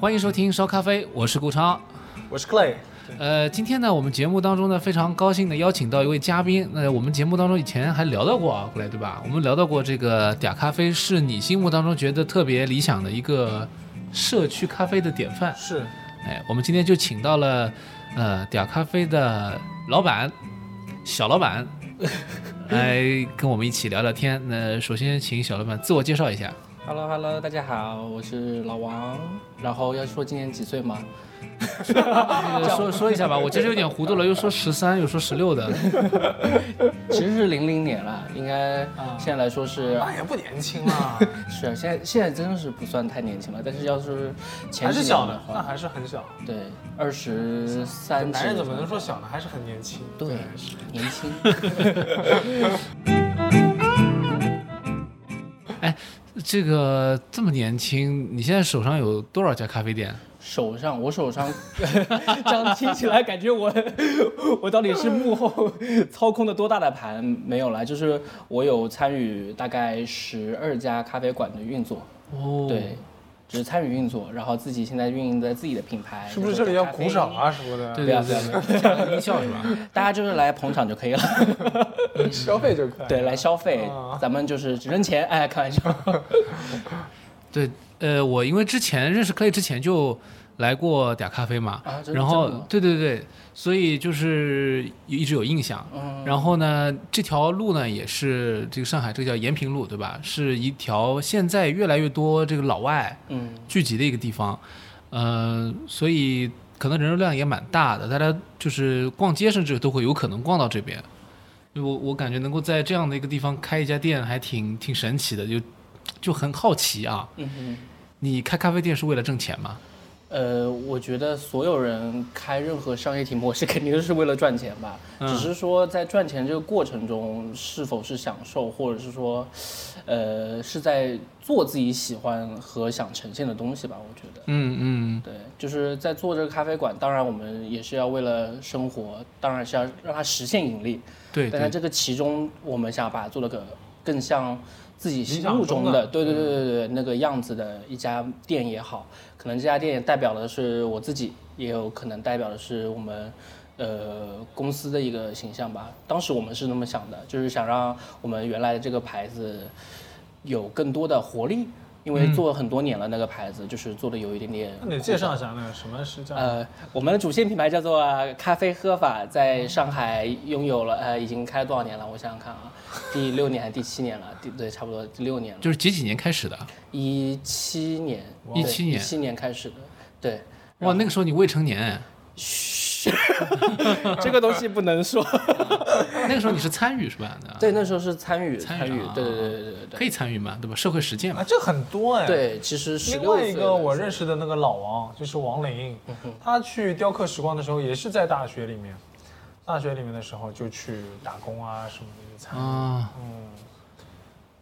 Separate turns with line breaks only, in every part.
欢迎收听烧咖啡，我是顾超。
我是 Clay，
呃，今天呢，我们节目当中呢，非常高兴的邀请到一位嘉宾。那、我们节目当中以前还聊到过啊，过来对吧？我们聊到过这个嗲咖啡是你心目当中觉得特别理想的一个社区咖啡的典范。
是
哎，我们今天就请到了呃嗲咖啡的老板小老板来跟我们一起聊聊天。那首先请小老板自我介绍一下。
Hello Hello，大家好，我是老王。然后要说今年几岁吗？
那个说说一下吧，我其实有点糊涂了，又说十三，又说十六的。
其实是零零年了，应该现在来说是、
那也哎不年轻了，
是啊，现在现在真的是不算太年轻了。但是要是前
还
几
是
年
小
的
的，那
话，
还是很小。
对，二十三。
男人怎么能说？小呢？还是很年轻。
对，年轻。
这个这么年轻，你现在手上有多少家咖啡店？
手上，我手 上，这样听起来感觉我我到底是幕后操控了多大的盘？没有啦，就是我有参与大概十二家咖啡馆的运作。
哦，
对，只是参与运作，然后自己现在运营在自己的品牌。
是不是
就
这里要
咖啡
鼓掌？啊什么的？
对
不要
对
不
对
要不
对，对加呃个音效是吧？
大家就是来捧场就可以了，
消费就可以了。
对，来消费，
啊
咱们就是只扔钱，哎，开玩笑。
对，呃，我因为之前认识 Clay 之前就来过嗲咖啡嘛，
啊真的
然后
真的吗
对对对，所以就是一直有印象。
嗯
然后呢，这条路呢也是这个上海这个叫延平路对吧？是一条现在越来越多这个老外
嗯，
聚集的一个地方，呃，所以可能人流量也蛮大的，大家就是逛街甚至都会有可能逛到这边。我我感觉能够在这样的一个地方开一家店，还挺挺神奇的，就就很好奇啊。
嗯哼。
你开咖啡店是为了挣钱吗？
呃，我觉得所有人开任何商业体模式，肯定是为了赚钱吧。
嗯
只是说在赚钱这个过程中，是否是享受，或者是说，呃，是在做自己喜欢和想呈现的东西吧。我觉得。
嗯嗯，
对，就是在做这个咖啡馆，当然我们也是要为了生活，当然是要让它实现盈利。
对
但在
对，
这个其中，我们想把它做了个更像自己
理
心目
想中
中
的
的，对对对对对那个样子的一家店也好，可能这家店也代表的是我自己，也有可能代表的是我们。呃，公司的一个形象吧。当时我们是那么想的，就是想让我们原来的这个牌子有更多的活力，因为做了很多年了，那个牌子就是做的有一点点枯燥。
那你介绍一下那个什么是叫
呃，我们的主线品牌叫做咖啡喝法，在上海拥有了呃，已经开了多少年了？我想想看啊， 第六年还是第七年了？第对，差不多第六年了，
就是几几年开始的？
一七年，
哇17年
一七年开始的，对，
哇，那个时候你未成年，
这个东西不能说，
那个时候你是参与是吧？那
对，那时候是参与
参与
与
啊，
对对对对对对
可以参与嘛，对吧？社会实践
啊，
嘛。
这很多哎。。
对，其实十
另
六
外
岁
一
的
个我
时候
认识的那个老王，就是王林，他去雕刻时光的时候也是在大学里面，大学里面的时候就去打工啊什么的参与。
啊，
嗯，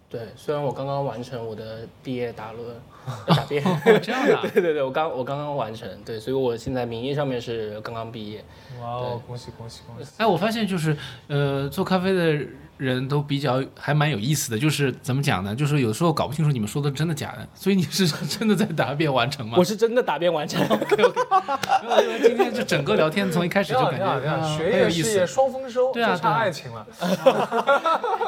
对，虽然我刚刚完成我的毕业 答论，呃答辩，
这样的啊
对对对，我刚我刚刚完成，对，所以我现在名义上面是刚刚毕业，
哇哦，恭喜恭喜恭喜！
哎，我发现就是，呃，做咖啡的人都比较还蛮有意思的，就是怎么讲呢？就是有时候搞不清楚你们说的真的假的，所以你 是真的在答辩完成吗
我？是真的答辩完成。
没有因为今天就整个聊天从一开始
挺
就
好
感
挺
觉
好挺好，
啊
学
很有
业
意
事
思。
业双丰收，
对啊
就差
对啊
爱情了。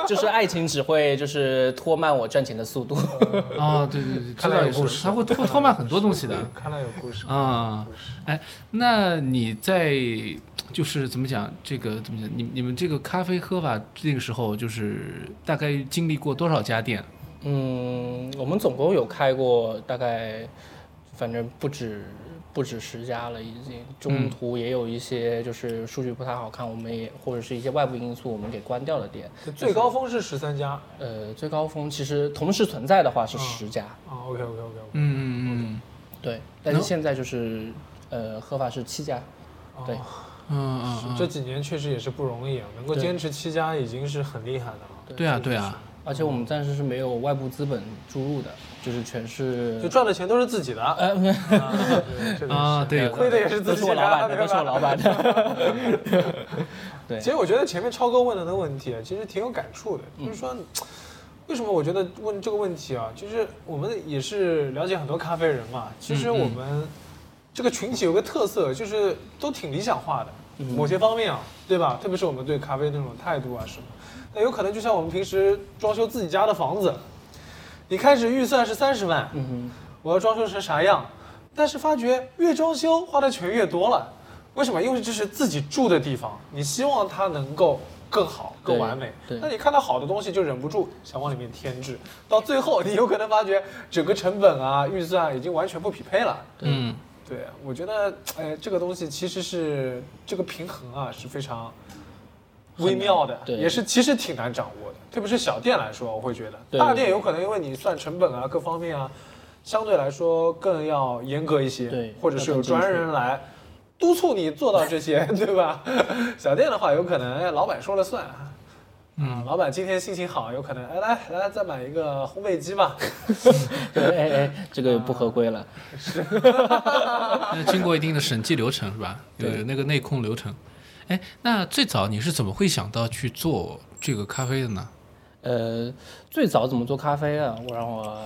就是爱情只会就是拖慢我赚钱的速度。
哦，对对对，知
看来
道
有
也
故
是，
事
他会拖拖慢很多东西的。
看来有故事。
啊，哎，那你在就是怎么讲这个怎么讲？你你们这个咖啡喝法这个时候就是大概经历过多少家店？
嗯，我们总共有开过大概，反正不止不止十家了，已经。中途也有一些就是数据不太好看，我们也或者是一些外部因素我们给关掉的店。
最高峰是十三家。啊
呃，最高峰其实同时存在的话是十家，
，OK OK OK OK。
嗯嗯
对，但是现在就是呃合法是七家，对。
嗯嗯嗯
这几年确实也是不容易啊，能够
对
坚持七家已经是很厉害的了，
嗯，对啊对啊，
而且我们暂时是没有外部资本注入的，就是全是
就赚的钱都是自己的。啊对这个
呃啊
是
对，
亏的也是自
都是
己
我
的，
老板的，
对
都是我
吧？
老板的。 对
其实我觉得前面超哥问的那个问题啊，其实挺有感触的，就是说。为什么我觉得问这个问题啊？就是我们也是了解很多咖啡人嘛。其实我们这个群体有个特色，就是都挺理想化的，某些方面啊，对吧？特别是我们对咖啡的那种态度啊什么，那有可能就像我们平时装修自己家的房子，你开始预算是三十万，
嗯
我要装修成啥样，但是发觉越装修花的钱越多了，为什么？因为这是自己住的地方，你希望它能够更好、更
对
完美
对。
那你看到好的东西就忍不住想往里面添置，到最后你有可能发觉整个成本啊、预算已经完全不匹配了。
嗯，
对，我觉得，哎，这个东西其实是这个平衡啊是非常微妙的，
对
也是其实挺难掌握的，特别是小店来说，我会觉得
对
大店有可能因为你算成本啊各方面啊，相对来说更要严格一些，
对
或者是有专
要更
人来督促你做到这 些，对吧？小店的话，有可能哎老板说了算。嗯，老板今天心情好，有可能哎来来再买一个烘焙机吧。
哼， 对，哎哎，这个不合规了。
那经过一定的审计流程是吧？有有那个内控流程。哎，那最早你是怎么会想到去做这个咖啡的呢？
呃，最早怎么做咖啡啊？我让我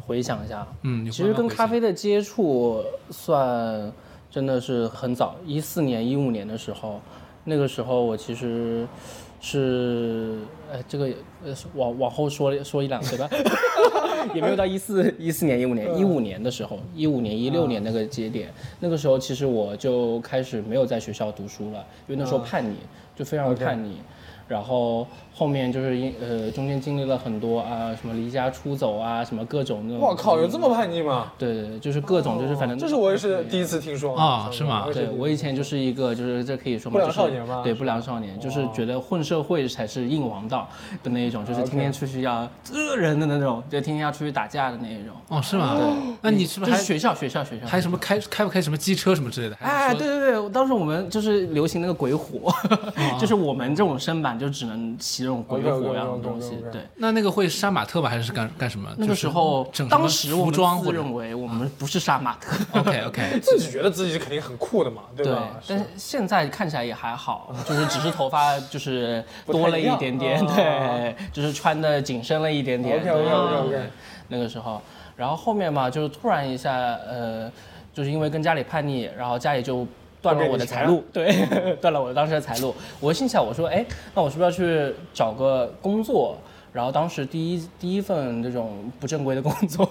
回想一下，
嗯，你
其实跟咖
啡
啡的接触算真的是很早，一四年、一五年的时候，那个时候我其实是，哎，这个呃往往后说说一两岁吧， 也没有到一四一四年、一
嗯
五年、一五年的时候，一五年、一六年那个节点，那个时候其实我就开始没有在学校读书了，因为那时候
嗯
叛逆，就非常叛逆。然后后面就是因呃中间经历了很多啊什么离家出走啊什么各种那种
我靠，有这么叛逆吗？
对对，对，就是各种，哦就是反正
哦这是我也是第一次听说
啊是吗
我也
对我以前就是一个，就是这可以说
不
嘛，
良
就是
少年吗
对不良少年，就是觉得混社会才是硬王道的那一种，就是天天出去要讹人的那种，就天天要出去打架的那一种。
哦，是吗？对。那你是不
就是
还
学校学校学校？
还什么开开不开什么机车什么之类的？还
哎，
是说
对对对，当时我们就是流行那个鬼火， 就是我们这种身板就只能骑这种鬼火
OK，OK，OK，OK，OK，OK
样的东西。对，
那那个会杀马特吧，还是干干什么？
那
就
个
是
时候
整，什么
当时我
服
们
装
自
或者
认为我们不是杀马特，
OK OK，
自己觉得自己肯定很酷的嘛，对
对
吧？，
但是现在看起来也还好， 就是只是头发就是多了一点点，
不太一样
对，就是穿的紧身了一点点。对
OK，OK，OK，OK
啊对那个时候，然后后面嘛，就是突然一下，呃，就是因为跟家里叛逆，然后家里就。断了我的财路，对， 断了我当时的财路。我心想，我说，哎，那我是不是要去找个工作？然后当时第一第一份这种不正规的工作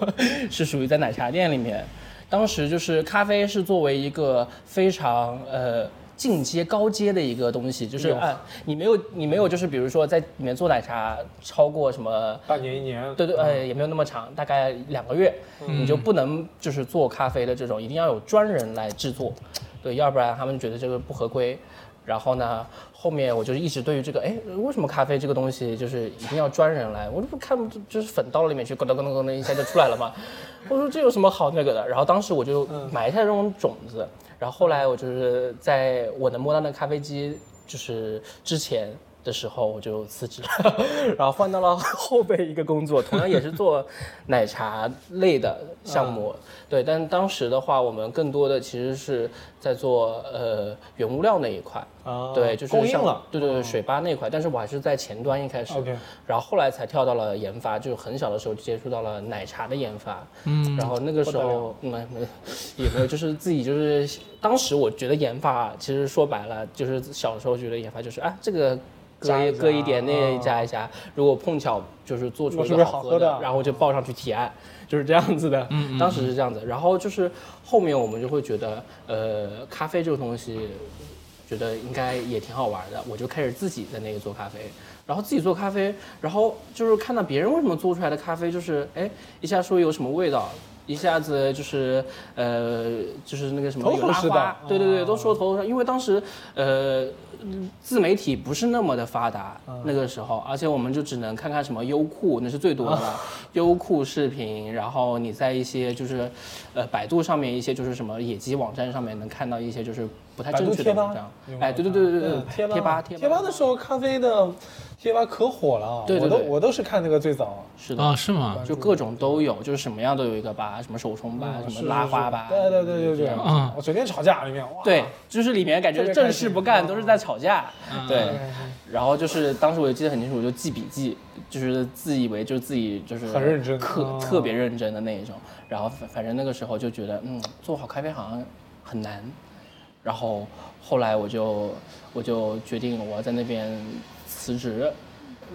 是属于在奶茶店里面，当时就是咖啡是作为一个非常呃进阶高阶的一个东西，就是
有
按、你没有你没有就是比如说在里面做奶茶超过什么。
半年一年，
对对，呃，也没有那么长，大概两个月，你就不能就是做咖啡的这种，一定要有专人来制作，对，要不然他们觉得这个不合规。然后呢，后面我就一直对于这个，哎，为什么咖啡这个东西就是一定要专人来？我这不看就就是粉倒到里面去，咯噔咯噔咯噔一下就出来了嘛。我说这有什么好那个的？然后当时我就
嗯
埋下这种种子，然后后来我就是在我能摸到那个咖啡机，就是之前。的时候我就辞职了，然后换到了后备一个工作，同样也是做奶茶类的项
嗯
目。对，但当时的话，我们更多的其实是在做呃原物料那一块。
啊，
对，就是
供应
像
了。哦
对对对，水吧那块，但是我还是在前端一开始
OK
然后后来才跳到了研发，就是很小的时候就接触到了奶茶的研发，嗯，然后那个时候没没也没有，就是自己就是当时我觉得研发其实说白了就是小时候觉得研发就是啊这个。搁
加一
一
加嗯
搁一点，那个加一加。如果碰巧就是做出一
那是不是
个好
好
喝
喝的
的，然后就报上去提案，就是这样子的。嗯当时是这样子，然后就是后面我们就会觉得，呃，咖啡这个东西觉得应该也挺好玩的，我就开始自己在那里做咖啡，然后自己做咖啡，然后就是看到别人为什么做出来的咖啡就是，哎，一下说有什么味道，一下子就是呃，就是那个什么
头
有
头
拉
是
花
道，
对对对，都说头头是道，因为当时呃自媒体不是那么的发达，
嗯
那个时候，而且我们就只能看看什么优酷，那是最多的了，
嗯
优酷视频，然后你在一些就是，呃，百度上面一些就是什么野鸡网站上面能看到一些就是不太
百
正
度
确
贴
的
吧
文章
有，没
哎，
有
对对对对对
嗯贴
贴吧
贴
吧
吧的时候，咖啡的贴吧可火了啊！
对对
我都
对
我都是看那个最早，
是的，
啊，是吗？
就各种都有，就是什么样都有一个吧，什么手冲吧，什
嗯是
么拉花吧，
对对对对对，
嗯
我整天吵架里面哇，
对，就是里面感
特
觉
别开
正事
心嗯
不干，都是在吵架。对，然后就是当时我记得很清楚，我就记笔记，就是自以为就是自己就是
很认真
特
哦
嗯特别认真的那一种。然后反反正那个时候就觉得，嗯，做好咖啡好像很难。然后后来我就我就决定我要在那边辞职，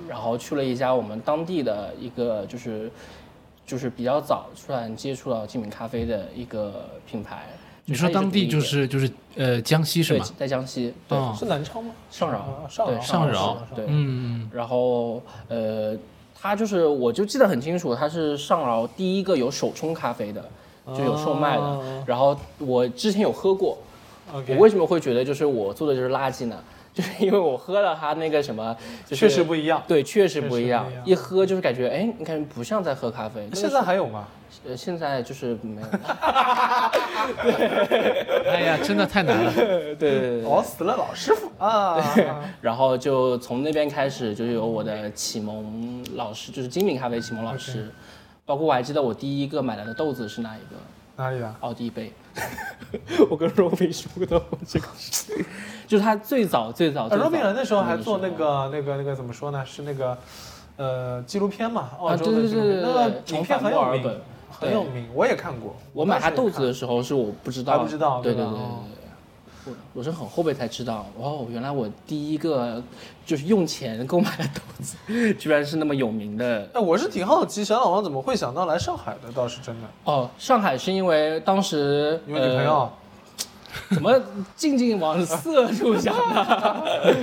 然后去了一家我们当地的一个就是就是比较早突然接触到精品咖啡的一个品牌。
你说当地就
它也
是就是呃江西是
对
吗？，
在江西，对，
哦
是南昌吗？
上饶
啊，上饶
对，
上饶
是对，
嗯，
然后呃，他就是我就记得很清楚，他是上饶第一个有手冲咖啡的，就有售卖的。
哦
然后我之前有喝过，我
OK，
为什么会觉得就是我做的就是垃圾呢？ 就是因为我喝了他那个什么，就是
确实不一样。
对，确实不一样
确实不一，样
一喝就是感觉哎，你感觉不像在喝咖啡。那个
现在还有吗？
呃现在就是没有，
哎呀，真的太难 了。
对对对对。
熬哦死了老师 傅啊！
然后就从那边开始，就是有我的启蒙老师，就是精品咖啡启蒙老师包括我还记得我第一个买来的豆子是哪一个，
哪里的？
奥地杯。 我跟 Robin 说的，我这个事情，就是他最早最早。
啊
最早
罗宾人那时候还
嗯
做那个那个那个怎么说呢？是那个呃纪录片嘛，澳
啊，
洲
对
的
对
纪
对
录
对
片，那
对，
个影
重
片
返
很
墨
有
尔
名
本，，
很有
对。
名，我也看过。
我买
当
他
时
豆
也
子的时候是我不知道，
还不知道
对
对吧
对对
哦
对对。我是很后辈才知道，哦，原来我第一个就是用钱购买的豆子，居然是那么有名的
看。哎，我是挺好奇，小老王怎么会想到来上海的？倒是真的，
哦，上海是因为当时
有女朋友、
呃怎么静静往色处想的？呃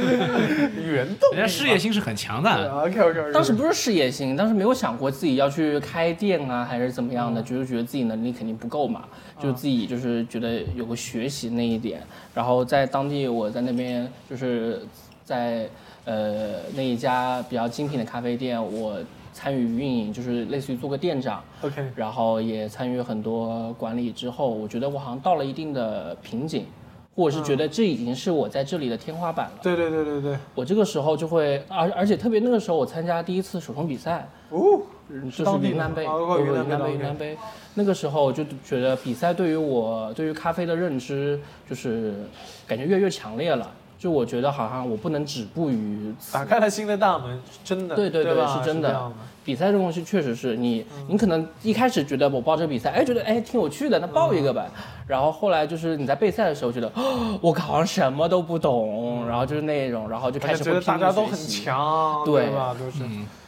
原动
人家事业心是很强的，。
OK OK OK，
啊当时不是事业心，当时没有想过自己要去开店啊，还是怎么样的，就是觉得自己能力肯定不够嘛，就自己就是觉得有个学习那一点，然后在当地我在那边就是在呃那一家比较精品的咖啡店，我参与运营，就是类似于做个店长，
OK，
然后也参与很多管理之后，我觉得我好像到了一定的瓶颈，或者是觉得这已经是我在这里的天花板了。
对对对对对，
我这个时候就会，而而且特别那个时候我参加第一次手冲比赛，
哦，
就是
当地
云南杯，
的吗哦
对
云南
云南
杯
杯，
，OK
云南杯。那个时候就觉得比赛对于我对于咖啡的认知，就是感觉越来越强烈了。就我觉得好像我不能止步于此
打开了新的大门，是真的，
对对
对
对
吧
是真的
这样的。
比赛这种东西确实是你，
嗯
你可能一开始觉得我报这个比赛，哎，觉得哎挺有趣的，那报一个
嗯
吧。然后后来就是你在备赛的时候觉得，哦我好像什么都不懂，然后就是那种，然后就
嗯而
开
且
始
觉
会
得
拼
大
命
家都
学
很
习，
强，
对
吧？都是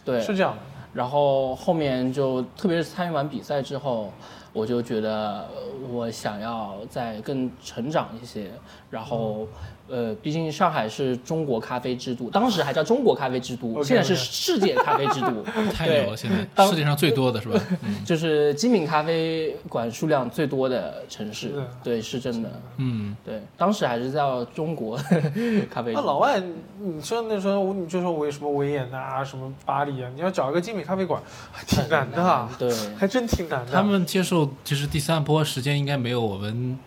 对，
是这样的。
然后后面就特别是参与完比赛之后，我就觉得呃我想要再更成长一些。然后，呃，毕竟上海是中国咖啡之都，当时还叫中国咖啡之都，
OK，OK
现在是世界咖啡之 都
太牛了！
对
现在世界上最多的是 吧？嗯
就是精品咖啡馆数量最多的城市
是，
对，是真的。
嗯，
对，当时还是叫中国 咖啡之
那
都。
老外，你说那时候我你就说维什么维也纳啊，什么巴黎啊，你要找一个精品咖啡馆，还挺难的啊，
对，
还真挺
啊
难的。
他们接受其实第三波时间应该没有我们，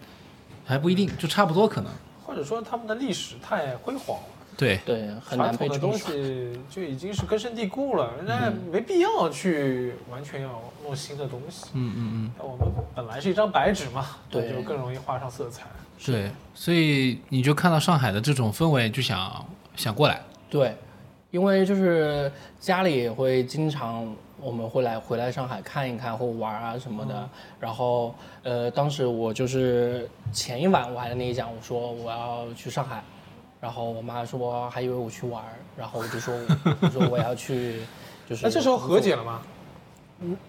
还不一定，就差不多可能。
或者说他们的历史太辉煌了，
对，
对，很
传
难
统
被
的
冲
东
刷。嗯
西就已经是根深蒂固了，人家也没必要去完全要弄新的东西。
嗯嗯嗯，
那我们本来是一张白纸嘛，
对
那就更容易画上色彩。
对，所以你就看到上海的这种氛围，就想想过来。
对，因为就是家里也会经常，我们会来回来上海看一看或玩啊什么的。
嗯
然后呃，当时我就是前一晚我还在那里讲，我说我要去上海，然后我妈说还以为我去玩儿，然后我就说我 说我要去，就是
那这时候和解了吗？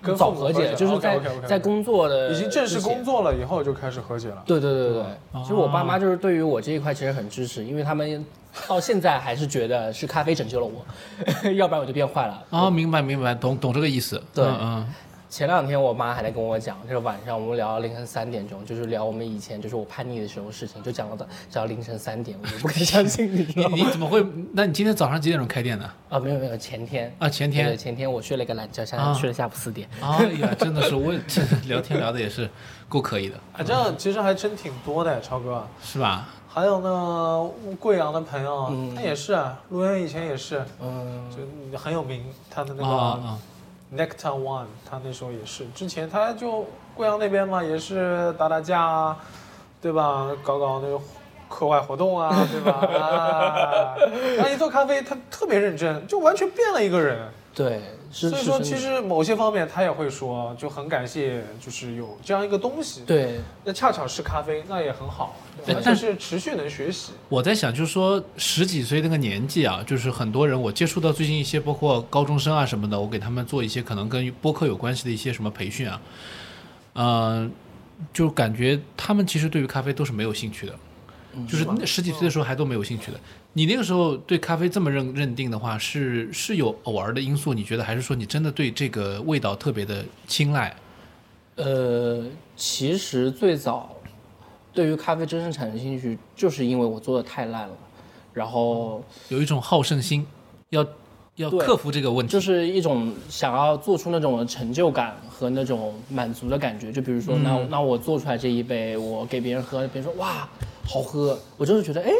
跟
早
父母啊
和解，就是在
OK，OK，OK
在工作的
已经正式
之前
工作了以后就开始和解了。
对对对对，其实我爸
哦
妈就是对于我这一块其实很支持，因为他们到现在还是觉得是咖啡拯救了我， 要不然我就变坏了。
哦，明白明白，懂懂这个意思。
对
嗯嗯，
前两天我妈还在跟我讲，就是晚上我们聊到凌晨三点钟，就是聊我们以前就是我叛逆的时候事情，就讲到的讲到凌晨三点，我就不敢相信你知道吗？
你你怎么会？那你今天早上几点钟开店的？
啊，没有没有，前天
啊前天
对前天我睡了个懒觉，下、
啊
睡了下午四点。
哎呀，真的是我也 这聊天聊的也是够可以的，
啊，这样其实还真挺多的，超哥。
是吧？
还有呢，贵阳的朋友，
嗯
他也是啊，陆渊以前也是，
嗯，
就很有名，他 的那个
啊
Nectar One，他那时候也是，之前他就贵阳那边嘛，也是打打架啊，对吧？搞搞那个课外活动啊， 对吧？啊，他一做咖啡，他特别认真，就完全变了一个人。
对，是
所以
是
说，
真的
其实某些方面他也会说，就很感谢，就是有这样一个东西。
对
那恰巧是咖啡，那也很好，
对
而且
哎但
是持续能学习。
我在想，就是说十几岁那个年纪啊，就是很多人我接触到最近一些，包括高中生啊什么的，我给他们做一些可能跟播客有关系的一些什么培训啊，呃，就感觉他们其实对于咖啡都是没有兴趣的，就是那十几岁的时候还都没有兴趣的。你那个时候对咖啡这么认认定的话，是是有偶尔的因素？你觉得还是说你真的对这个味道特别的青睐？
呃，其实最早对于咖啡真正产生兴趣，就是因为我做的太烂了，然后
有一种好胜心，要要
对
克服这个问题。
就是一种想要做出那种成就感和那种满足的感觉。就比如说，
嗯
那那我做出来这一杯，我给别人喝，别人说哇好喝，我就是觉得哎，诶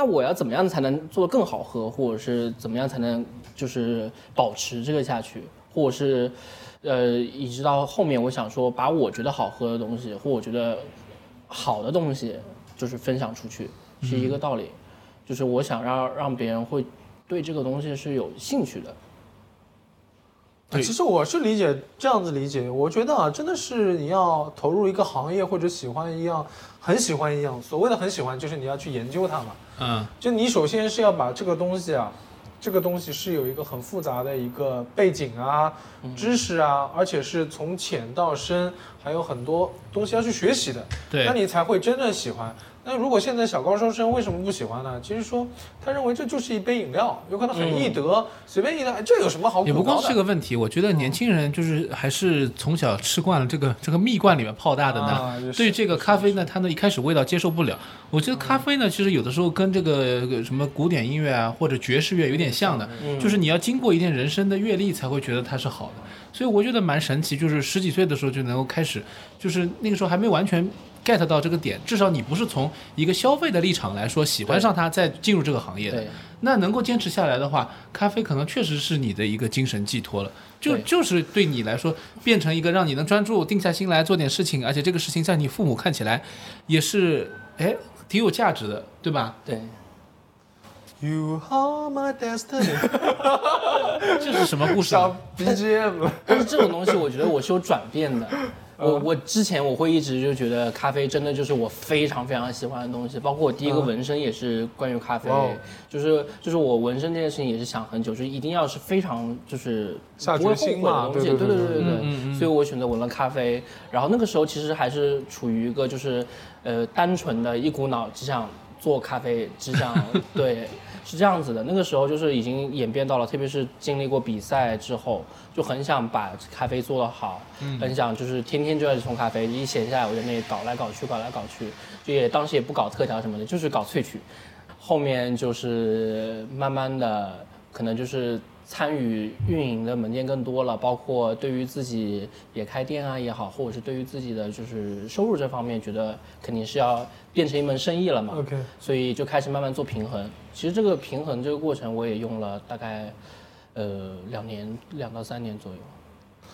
那我要怎么样才能做得更好喝，或者是怎么样才能就是保持这个下去，或者是呃，一直到后面我想说，把我觉得好喝的东西，或我觉得好的东西，就是分享出去，是一个道理。就是我想让让别人会对这个东西是有兴趣的，
对
其实我是理解这样子理解，我觉得啊，真的是你要投入一个行业或者喜欢一样，很喜欢一样。所谓的很喜欢，就是你要去研究它嘛。
嗯，
就你首先是要把这个东西啊，这个东西是有一个很复杂的一个背景啊、
嗯
知识啊，而且是从浅到深，还有很多东西要去学习的。
对
那。你才会真正喜欢。那如果现在小高中生为什么不喜欢呢？其实说他认为这就是一杯饮料，有可能很易得，随便一来，哎这有什么好
嗯也
苦
不
恼
光
的？
是个问题，我觉得年轻人就是还是从小吃惯了这个这个蜜罐里面泡大的呢。
啊也是
对这个咖啡呢，他呢一开始味道接受不了。我觉得咖啡呢，其实有的时候跟这个呃什么古典音乐啊或者爵士乐有点像的，就是
嗯
你要经过一定人生的阅历才会觉得它是好的。所以我觉得蛮神奇，就是十几岁的时候就能够开始，就是那个时候还没完全 get 到这个点，至少你不是从一个消费的立场来说喜欢上它，再进入这个行业的。
对，
那能够坚持下来的话，咖啡可能确实是你的一个精神寄托了，就
对
就是对你来说，变成一个让你能专注、定下心来做点事情，而且这个事情在你父母看起来也是哎挺有价值的，对 吧？
对，
You are my destiny，
这是什么故事啊？
小 BGM。
但是这种东西，我觉得我是有转变 的。
嗯
我我之前我会一直就觉得咖啡真的就是我非常非常喜欢的东西，包括我第一个纹身也是关于咖啡
嗯哇哦，
就是就是我纹身这件事情也是想很久，就是一定要是非常就是
下
不会
决
后悔
心嘛
的东西，
对
对
对
对
对
对
对
对对所以我选择纹了咖啡。然后那个时候其实还是处于一个就是呃单纯的一股脑只想做咖啡，只想对。是这样子的，那个时候就是已经演变到了，特别是经历过比赛之后，就很想把咖啡做得好，很想就是天天就在冲咖啡，一闲下来我就那里搞来搞去，搞来搞去，就也当时也不搞特调什么的，就是搞萃取。后面就是慢慢的，可能就是参与运营的门店更多了，包括对于自己也开店啊也好，或者是对于自己的就是收入这方面，觉得肯定是要变成一门生意了嘛。
OK，
所以就开始慢慢做平衡。其实这个平衡这个过程，我也用了大概呃两年两到三年左右。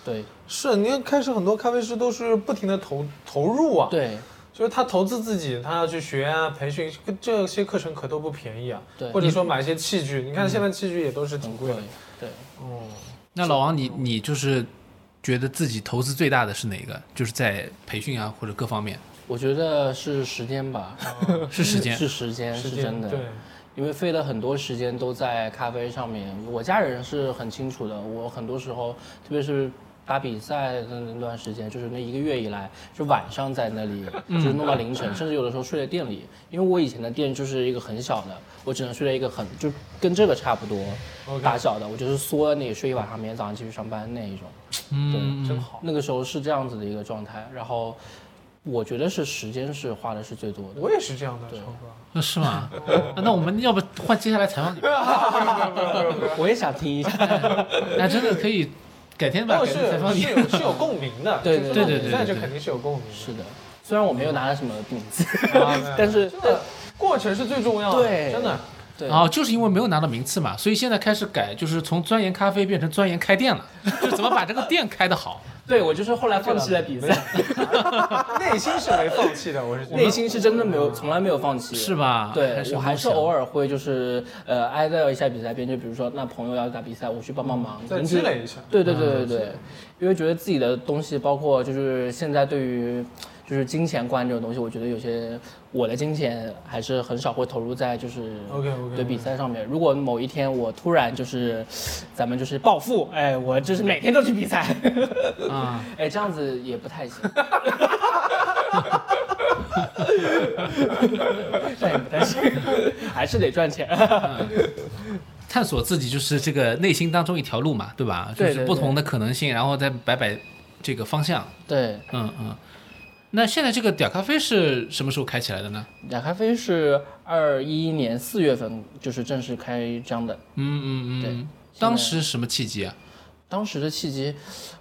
对
是你看开始很多咖啡师都是不停的投投入啊，
对
就是他投资自己，他要去学啊、培训，这些课程可都不便宜啊。
对
或者说买一些器具，
嗯
你看现在器具也都是挺贵
对
的。
对，
哦，
那老王，你你就是觉得自己投资最大的是哪个？就是在培训啊或者各方面，
我觉得是时间吧，
是时 间。
是时间
时
是
间
真的。
对，
因为费了很多时间都在咖啡上面。我家人是很清楚的，我很多时候，特别是打比赛的那段时间，就是那一个月以来，就晚上在那里，就是弄到凌晨，甚至有的时候睡在店里。因为我以前的店就是一个很小的，我只能睡在一个很就跟这个差不多
OK
大小的，我就是缩在那里睡一晚上，明天早上继续上班那一种。
嗯，
真好。
那个时候是这样子的一个状态，然后我觉得是时间是花的是最多的。
我也是这样的，超哥。
那是吗？啊那我们要不换接下来采访你吧？
我也想听一下。
那哎真的可以改 天吧，
哦，
改天采访
是
你
是。有是有共鸣的，
对
就是
对
那
对
比
对
赛
对
就
对
肯定是有共鸣的。
是的，虽然我没有拿到什么名次，
啊
但是
真
但
的过程是最重要的，
对
真的。
对
然后就是因为没有拿到名次嘛，所以现在开始改，就是从钻研咖啡变成钻研开店 了，就是怎么把这个店开得好。
对我就是后来放弃了比赛，
内心是没放弃的，我是觉得
内心是真的没有，从来没有放弃。
是吧？
对
是
我还是
梦想
偶尔会就是呃挨到一下比赛边，就比如说那朋友要打比赛，我去帮帮忙，
再
引
积
起
累一下。
对对对
嗯
对对，因为觉得自己的东西，包括就是现在对于就是金钱观这种东西，我觉得有些我的金钱还是很少会投入在就是
OK，OK，OK
对比赛上面。如果某一天我突然就是咱们就是暴富，哎，我就是每天都去比赛，
啊、
哎，这样子也不太行。这样也不太行，还是得赚钱。
探索自己就是这个内心当中一条路嘛，对吧？
对对
就是不同的可能性，然后再摆摆这个方向。
对，
嗯嗯。那现在这个屌咖啡是什么时候开起来的呢？
雅咖啡是二一年四月份就是正式开张的，
嗯嗯
对
嗯。当时什么契机啊？
当时的契机，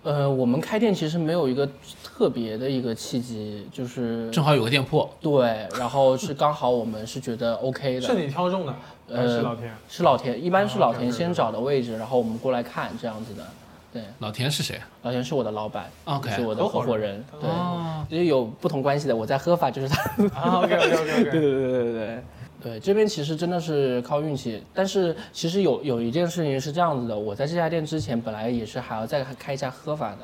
呃，我们开店其实没有一个特别的一个契机，就是
正好有个店铺，
对，然后是刚好我们是觉得 OK
是
的，
你挑中的，还是老天？
呃是老田，一般是
啊
老
对
田
对
先找的位置，然后我们过来看这样子的。对，
老田是谁啊？
老田是我的老板
OK
是我的合伙人，对，
哦
因为有不同关系的，我在喝法就是他。
啊，OK OK OK
对
OK，
对对对对对。对，这边其实真的是靠运气，但是其实有有一件事情是这样子的，我在这家店之前本来也是还要再开一家喝法的，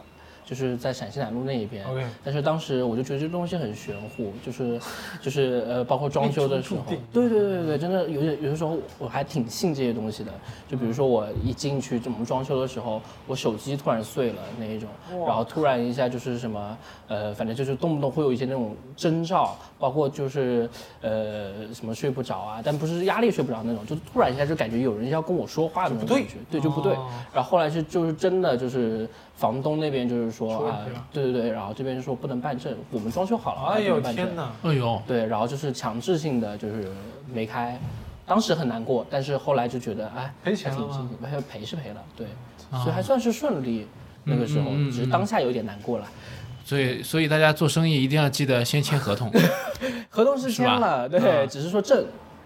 就是在陕西南路那一边。
OK
但是当时我就觉得这东西很玄乎，就是就是呃，包括装修的时候
哎命中注定，
对对对对对，真的有些有的时候我还挺信这些东西的，就比如说我一进去我们装修的时候，我手机突然碎了那一种，然后突然一下就是什么呃，反正就是动不动会有一些那种征兆，包括就是呃什么睡不着啊，但不是压力睡不着那种，就是突然一下就感觉有人要跟我说话的那种感觉，对就不对。
哦
然后后来是就是真的就是房东那边就是
出
说
问
啊
题了，
对对对，然后这边就说不能办证，我们装修好了，
哎
不
呦
能办证
天！哪！
哎呦，
对，然后就是强制性的就是没开，当时很难过，但是后来就觉得哎，
赔钱
还挺
了吗
庆幸，还赔是赔了，对，所以还算是顺利。那个时候
啊嗯嗯嗯嗯
只是当下有点难过了，
所以所以大家做生意一定要记得先签合同。
合同是签
吧啊
了，
嗯
对，只是说证，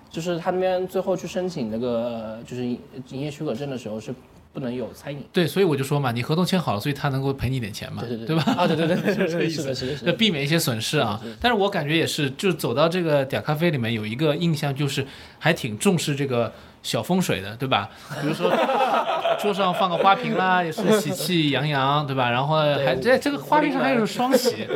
就是他那边最后去申请那个就是营营业许可证的时候是不能有餐饮，
对，所以我就说嘛，你合同签好了，所以他能够赔你点钱嘛，
对对对，
吧？
啊，对对对， 对对
这个意
对
思
是的，是的，是
要
的，
避免一些损失啊。但是我感觉也是，就是走到这个嗲咖啡里面，有一个印象就是还挺重视这个小风水的，对吧？比 如说桌上放个花瓶啦，也是喜气洋洋，对吧？然后呢，
对
还
我
这这个花瓶上还有双 喜，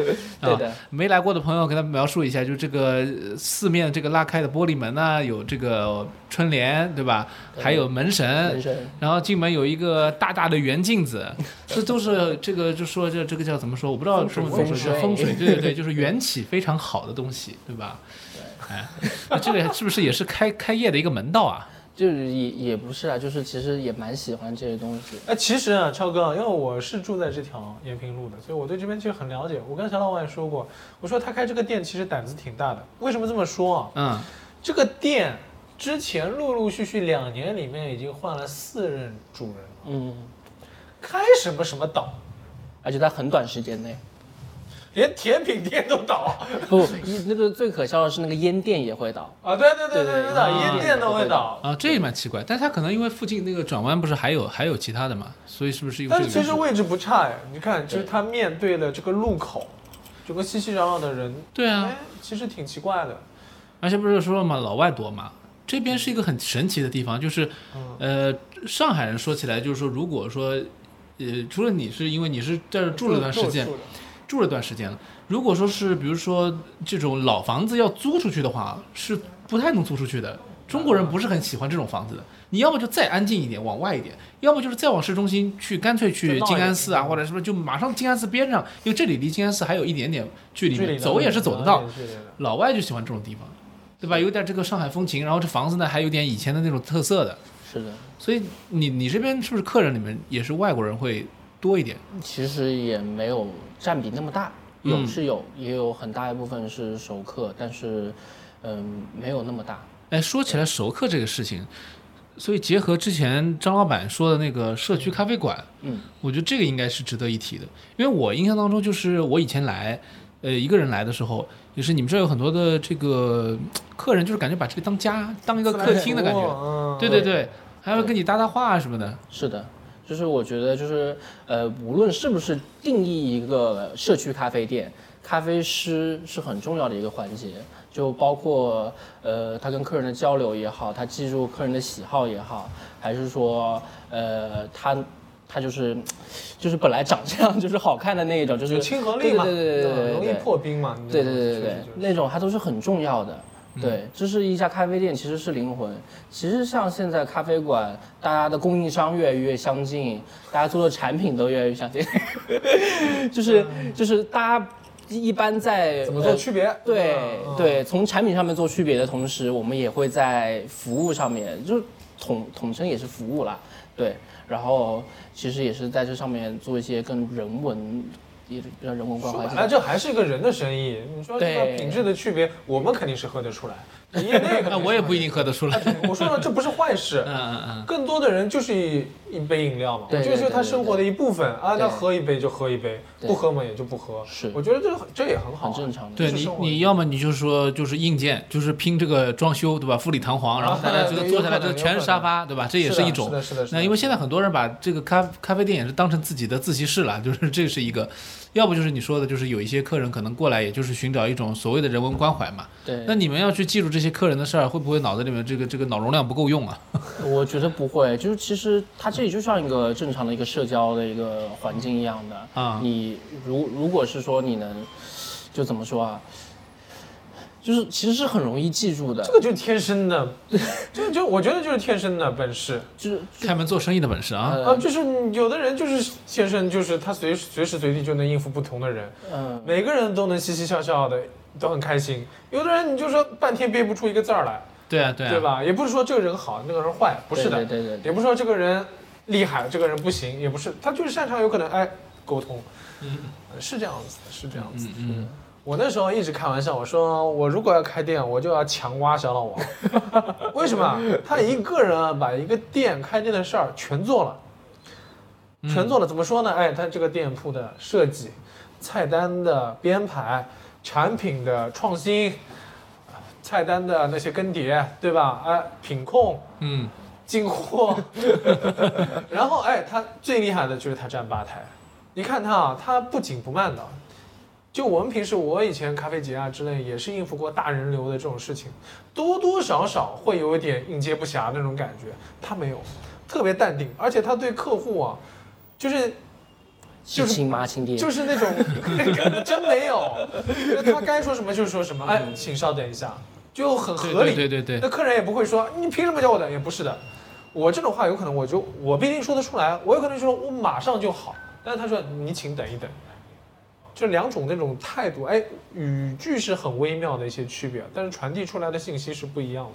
对
啊
的。
没来过的朋友，给他描述一下，就这个呃四面这个拉开的玻璃门呢、有这个春联，对吧？还有门
人
神，
生
然后进门有一个大大的圆镜 子，这都是这个就说这这个叫怎么说？我不知道中文怎么说，
风
风
水
水，对对对，就是缘起非常好的东西，对吧？哎，那这个是不是也是开开业的一个门道啊？
就是也也不是啊，就是其实也蛮喜欢这些东西，
哎，其实啊，超哥，因为我是住在这条延平路的，所以我对这边其实很了解。我跟小老板也说过，我说他开这个店其实胆子挺大的。为什么这么说啊？
嗯，
这个店之前陆陆续续两年里面已经换了四任主人了，
嗯，
开什么什么倒，
而且在很短时间内，
连甜品店都倒
不，一那个最可笑的是那个烟店也会倒，
啊！对对对对
对
对
对
的，
对
烟店都会倒。
啊，这也蛮奇怪，但他可能因为附近那个转弯不是还有还有其他的嘛，所以是不是因为
但
这
是
个原
其实
因？
位置不差哎，你看，就是
对
他面对的这个路口，整个熙熙攘攘的人，
对啊
哎，，其实挺奇怪的。
而且不是说嘛，老外多嘛。这边是一个很神奇的地方，就是，
嗯
呃，上海人说起来就是说，如果说，呃，除了你是因为你是在这儿住了段时间
住，了
住了段时间了。如果说是比如说这种老房子要租出去的话，是不太能租出去的。中国人不是很喜欢这种房子的，你要么就再安静一点，往外一点；要么就是再往市中心去，干脆
再
去
闹一
静安
点嗯
寺啊，或者什么，就马上静安寺边上，因为这里离静安寺还有一点点距
距
离，
离
走也是走得到。，
距离的
老外就喜欢这种地方，对吧？有点这个上海风情，然后这房子呢还有点以前的那种特色的。
是的，
所以你你这边是不是客人里面也是外国人会多一点？
其实也没有占比那么大，有
嗯
是有，也有很大一部分是熟客，但是，嗯，没有那么大，
哎，说起来熟客这个事情，所以结合之前张老板说的那个社区咖啡馆，
嗯，
我觉得这个应该是值得一提的，因为我印象当中就是我以前来，呃一个人来的时候，也是你们这儿有很多的这个客人，就是感觉把这个当家，当一个客厅的感觉。
觉
对对对，还会跟你搭搭话啊什么的。
是的，就是我觉得就是呃，无论是不是定义一个社区咖啡店，咖啡师是很重要的一个环节，就包括呃他跟客人的交流也好，他记住客人的喜好也好，还是说呃他。他就是，就是本来长这样就是好看的那一种，就是
有亲和力嘛，
对对对对对对，
容易
对
破冰嘛，你
对
这种
对对
确
对对
实嗯就，是
那种它都是很重要的。对，这是一家咖啡店，其实是灵魂。其实像现在咖啡馆，大家的供应商越来越相近，大家做的产品都越来越相近， 就是就是大家一般在
嗯怎么做
呃
区别？
对
嗯，
对，从产品上面做区别的同时，我们也会在服务上面，就是统统称也是服务啦，对。然后其实也是在这上面做一些跟人文，也比较人文关
说
怀一些。
白了，这还是一个人的生意。你说这个
对
品质的区别，我们肯定是喝得出来，你业内
那
可能
我也
是喝
不一定喝得出来。
得出来。我说了，这不是坏事
嗯。嗯嗯。
更多的人就是一一杯饮料嘛，我
对
觉得
对
就是他
对对
生活的一部分啊。
对
那喝一杯就喝一杯，
对
不喝嘛也就不喝。
是
我觉得这很这也很好啊，
很正常的
对
就是
你
生，活
你要么你就说就是硬件，就是拼这个装修，对吧？富丽堂皇，然后大家觉得坐下来就全是沙发，对吧？这也
是的
一种
是。的，是的，是的
那因为现在很多人把这个咖咖啡店也是当成自己的自习室了， 就是这是一个，要不就是你说的，就是有一些客人可能过来，也就是寻找一种所谓的人文关怀嘛。
对，
那你们要去记住这些客人的事儿，会不会脑子里面这个这个脑容量不够用啊？
我觉得不会，就是其实它这里就像一个正常的一个社交的一个环境一样的
啊
你如如果是说你能，就怎么说啊？就是其实是很容易记住的
这，个就是天生的， 这就我觉得就是天生的本事。
就是呃
开门做生意的本事
嗯
啊，
啊，就是有的人就是天生就是他随随时随地就能应付不同的人，
嗯、
每个人都能嘻嘻笑笑的，都很开心。有的人你就说半天憋不出一个字儿来，
对啊对啊，
对？吧？也不是说这个人好，那个人坏，不是的，
对对对对
也不是说这个人厉害，这个人不行，也不是，他就是擅长有可能哎沟通，嗯，是这样子的，是这样子的。
嗯，
我那时候一直开玩笑，我说我如果要开店，我就要强挖小老王。为什么？他一个人啊，把一个店开店的事儿全做了，全做了。怎么说呢？哎，他这个店铺的设计、菜单的编排、产品的创新、菜单的那些更迭，对吧？哎，品控、
嗯，
进货， 然后哎，他最厉害的就是他站吧台。你看他啊，他不紧不慢的。就我们平时，我以前咖啡节啊之类，也是应付过大人流的这种事情，多多少少会有一点应接不暇那种感觉。他没有，特别淡定，而且他对客户啊，就是
是
就是
亲妈亲爹，
就是那种 真没有，就他该说什么就说什么。哎，请稍等一下，就很
对
合理。
对对对对，
那客人也不会说你凭什么叫我等，也不是的。我这种话有可能我就我不一定说得出来，啊我有可能说我马上就好，但是他说你请等一等，就两种那种态度，哎，语句是很微妙的一些区别，但是传递出来的信息是不一样的。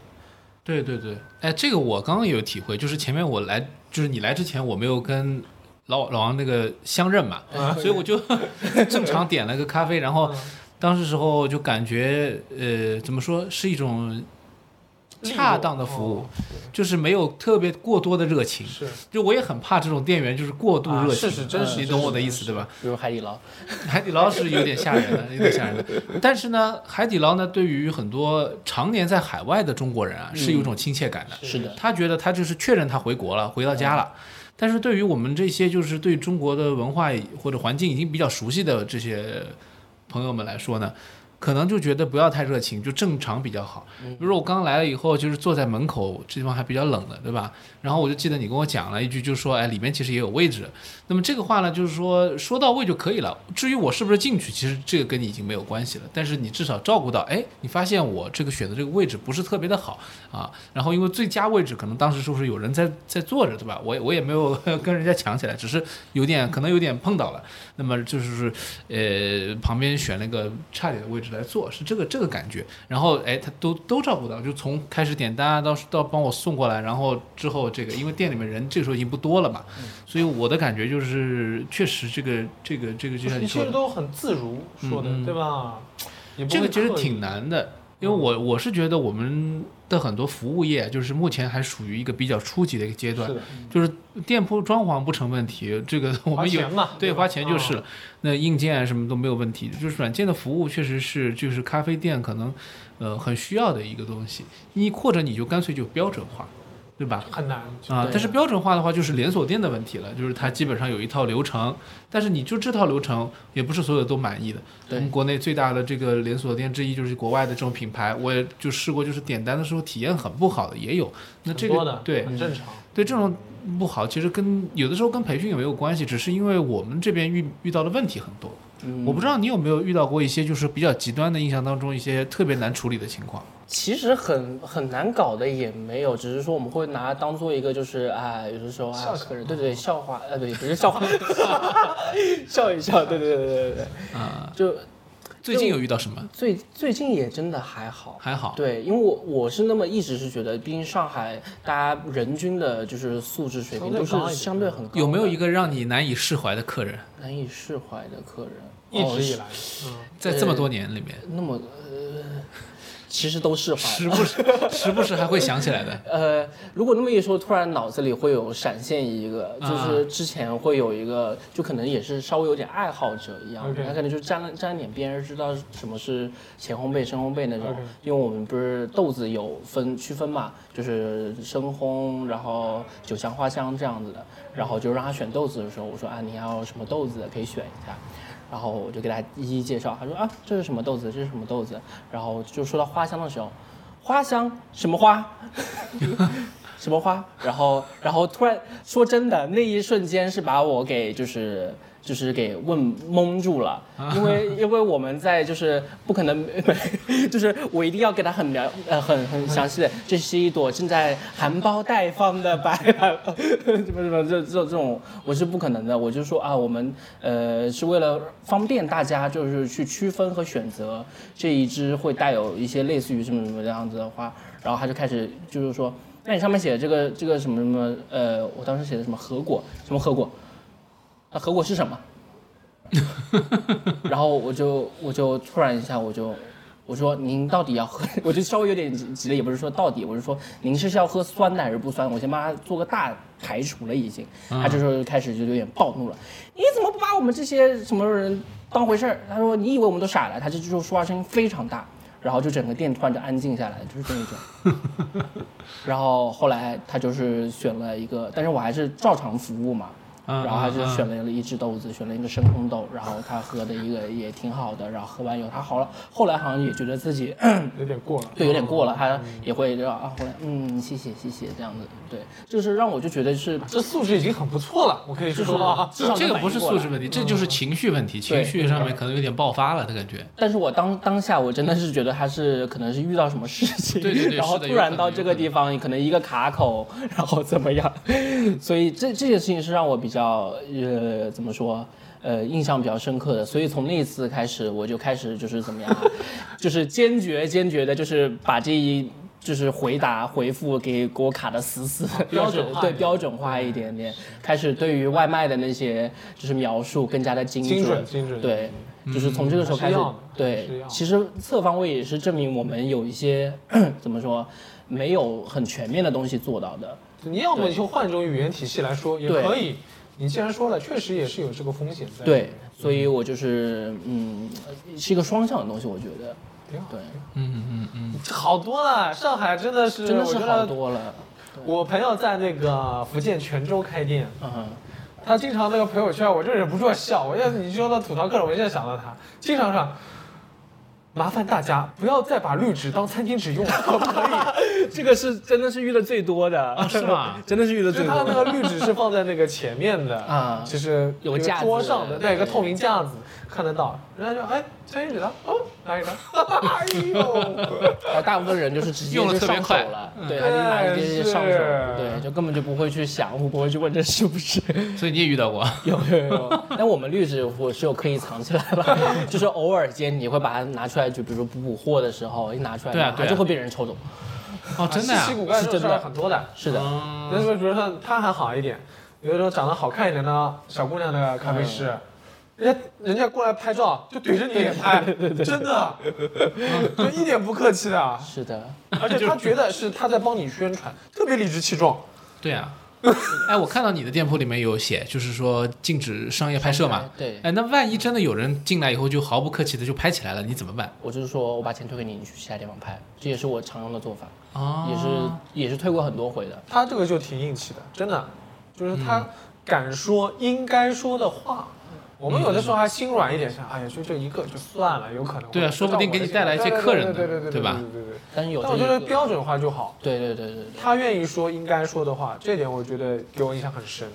对对对，哎，这个我刚刚有体会，就是前面我来，就是你来之前，我没有跟老老王那个相认嘛，
哎
所以我 就正常点了个咖啡，然
嗯
后当时时候就感觉，呃，怎么说是一种恰当的服务
哦，
就是没有特别过多的热情。
是
就我也很怕这种店员就是过度
啊
热
是
情，
是真是
你
真
懂
是
我的
真
意思对吧？
比如海底捞，
海底捞是有点吓人的，有点吓人的。但是呢，海底捞呢，对于很多常年在海外的中国人啊，是有一种亲切感的。
是的，
他觉得他就是确认他回国了，回到家了。但是对于我们这些就是对中国的文化或者环境已经比较熟悉的这些朋友们来说呢，可能就觉得不要太热情，就正常比较好。
嗯
比如说我刚来了以后，就是坐在门口，这地方还比较冷的，对吧？然后我就记得你跟我讲了一句，就说哎，里面其实也有位置。那么这个话呢，就是说说到位就可以了。至于我是不是进去，其实这个跟你已经没有关系了。但是你至少照顾到，哎，你发现我这个选的这个位置不是特别的好啊。然后因为最佳位置可能当时是不是有人在在坐着，对吧？我也我也没有 跟人家抢起来，只是有点可能有点碰到了。那么就是呃旁边选了个差点的位置来坐，是这个这个感觉。然后哎，他都都照顾到，就从开始点单啊到到帮我送过来，然后之后这个因为店里面人这个时候已经不多了嘛，所以我的感觉就是确实这个这个这个就像
一
你说
切
的，
都很自如说的，
嗯嗯
对吧？也不
这
会
个其实
刻意
挺难的。因为
嗯
我我是觉得我们的很多服务业就是目前还属于一个比较初级的一个阶段
是，的，
就是店铺装潢不成问题，这个我
花
们有
钱嘛，
对，
吧
花钱就是
啊
了。那硬件啊什么都没有问题，就是软件的服务确实是就是咖啡店可能呃很需要的一个东西。你或者你就干脆就标准化，对吧？
很难。
啊，
对
但是标准化的话就是连锁店的问题了，就是它基本上有一套流程，但是你就这套流程也不是所有都满意的。我
对
们国内最大的这个连锁店之一就是国外的这种品牌，我也就试过，就是点单的时候体验很不好的也有。那这
很多
个
的
对，
很正常。
对这种不好，其实跟有的时候跟培训也没有关系，只是因为我们这边遇遇到的问题很多。
嗯
我不知道你有没有遇到过一些就是比较极端的印象当中一些特别难处理的情况。
其实很很难搞的也没有，只是说我们会拿它当做一个就是啊，有的时候
笑话
啊，客人对对笑话，呃，对，不是笑话，笑一笑，对对对对对对，
啊、
就
最近有遇到什么？
最最近也真的还好，
还好。
对，因为我我是那么一直是觉得，毕竟上海大家人均的就是素质水平都
相对高一点嗯
是相对很高的，
有没有一个让你难以释怀的客人，
难以释怀的客人？
一直以
哦、
来，嗯，
在这么多年里面，
那么呃， 其实都释怀了
时不时 时不时还会想起来的。
呃，如果那么一说，突然脑子里会有闪现一个，就
啊
是之前会有一个，就可能也是稍微有点爱好者一样
OK
他可能就沾了沾了点边，知道什么是前烘焙、深烘焙那种
OK
因为我们不是豆子有分区分嘛，就是深烘，然后酒香、花香这样子的，
嗯
然后就让他选豆子的时候，我说啊，你要什么豆子可以选一下。然后我就给他一一介绍，他说啊，这是什么豆子，这是什么豆子。然后就说到花香的时候，花香什么花，什么花，然后然后突然说真的，那一瞬间是把我给就是。就是给问蒙住了，因为因为我们在就是不可能， 就是我一定要给他很了呃很很详细的，这是一朵正在含苞待放的白 兰，什么什么这这这种我是不可能的，我就说啊，我们呃是为了方便大家就是去区分和选择这一支会带有一些类似于什么什么样子的花，然后他就开始就是说，那你上面写的这个这个什么什么，呃，我当时写的什么核果，什么核果，那核果是什么？ 然后我就我就突然一下我就我说您到底要喝， 我就稍微有点急急了，也不是说到底，我是说您是要喝酸的还是不酸？我先帮他做个大排除了已经，他这时候就开始就有点暴怒了，你怎么不把我们这些什么人当回事儿？他说你以为我们都傻了？他这时候说话声音非常大，然后就整个店突然就安静下来，就是这一种。然后后来他就是选了一个，但是我还是照常服务嘛，
嗯
然后他就
嗯嗯
选了一只豆子，选了一个深烘豆，然后他喝的一个也挺好的，然后喝完以后他好了，后来好像也觉得自己
有点过了。
对有点过了，
嗯
他也会就啊，后来嗯谢谢谢谢这样子，对，就是让我就觉得是
这素质已经很不错了，我可以说啊，
至少
这个
能
不是
反应
素
过来嗯
质问题，这就是情绪问题，情绪上面可能有点爆发了的感觉。
但是我当当下我真的是觉得他是可能是遇到什么事情，
对对对
然后
是的
突
有可
然
能
到这个地方，可能一个卡口，然后怎么样，所以这这件事情是让我比较呃怎么说呃印象比较深刻的，所以从那一次开始我就开始就是怎么 样啊，就是坚决坚决的，就是把这一。就是回答回复给给我卡的死死，
啊
标准化
对标准化一点
嗯
点，开始对于外卖的那些就是描述更加的精
精准精准
对，就是从这个时候
还
开
是
始
要的，还
对
是要，的
其实侧方位也是证明我们有一些 怎么说，没有很全面的东西做到的。
你要么就换种语言体系来说也可以。你既然说了，确实也是有这个风险在。
对，，嗯所以我就是嗯，是一个双向的东西，我觉得，
挺好。
对，
嗯嗯嗯，
好多了，上海真的是，
真的是
我觉
好
得
多了。
我朋友在那个福建泉州开店，
嗯，
他经常那个朋友圈，我就忍不住要笑。我要你说到吐槽客人，我现在想到他，经常说，麻烦大家不要再把绿植当餐巾纸用了，可不可以？
这个是真的是遇的最多的，
是吗？
真啊哦的是遇的
就是他那个绿植是放在那个前面的
啊
就是
有
一个
架子
桌上的，对，一个
对
透明架子看得到。人家就哎，餐巾纸呢？哦，拿一张。 哎呦，
然后大部分人就是直接
用得
就
特别
上手
快
了，
嗯
对，他就拿着
对
直接上手，
是
对，就根本就不会去想，不会去问这是不是。
所以你也遇到 过，
有有有 有，但我们绿植我是有刻意藏起来了， 就是偶尔间你会把它拿出来，就比如说补补货的时候，一拿出来，
对啊
它
对啊
就会被人抽走。
哦，真
啊
的呀哦
稀奇？古怪这种
是真
事
的
儿很多的。
是的，
那比如说他还好一点，有一种长得好看一点的小姑娘的咖啡师，人家人家过来拍照就怼着你脸拍，真的，嗯就一点不客气的啊。
是的，
而且他觉得是他在帮你宣传，特别理直气壮。
对啊， 哎，我看到你的店铺里面有写，就是说禁止商业拍摄嘛。
对
哎，那万一真的有人进来以后就毫不客气的就拍起来了，你怎么办？
我就是说我把钱退给你，你去其他地方拍，这也是我常用的做法，
哦
啊
也是也是退过很多回的。
他这个就挺硬气的，真的，就是他敢说应该说的话。我们有的时候还心软一点，想，哎呀，就这一个就算了，有可能。
对啊
我
说不定给你带来一些客人呢
对对对对
对吧
对对对对。
但是有
但我
这一
觉得
个，
标准化就好，
对对对对
他愿意说应该说的话，这点我觉得给我印象很深。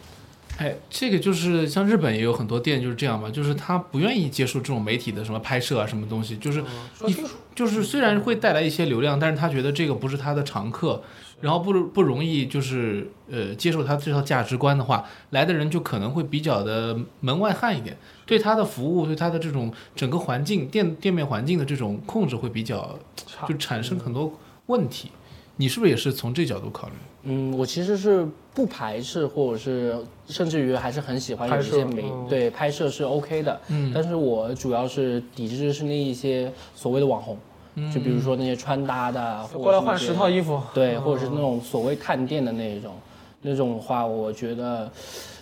哎，这个就是像日本也有很多店就是这样嘛，就是他不愿意接受这种媒体的什么拍摄啊，什么东西，就是
说清楚，
就是虽然会带来一些流量，但是他觉得这个不是他的常客，然后不不容易就是呃接受他这套价值观的话，来的人就可能会比较的门外汉一点，对他的服务，对他的这种整个环境店店面环境的这种控制会比较
差
就产生很多问题。你是不是也是从这角度考虑？
嗯，我其实是不排斥，或者是甚至于还是很喜欢有一些
拍摄
美
嗯
对拍摄是 OK 的，
嗯
但是我主要是抵制是那一些所谓的网红，
嗯
就比如说那些穿搭的啊，或
过来
者是
换
一些
十套衣服，
对，或者是那种所谓探店的那一种，那种的话，我觉得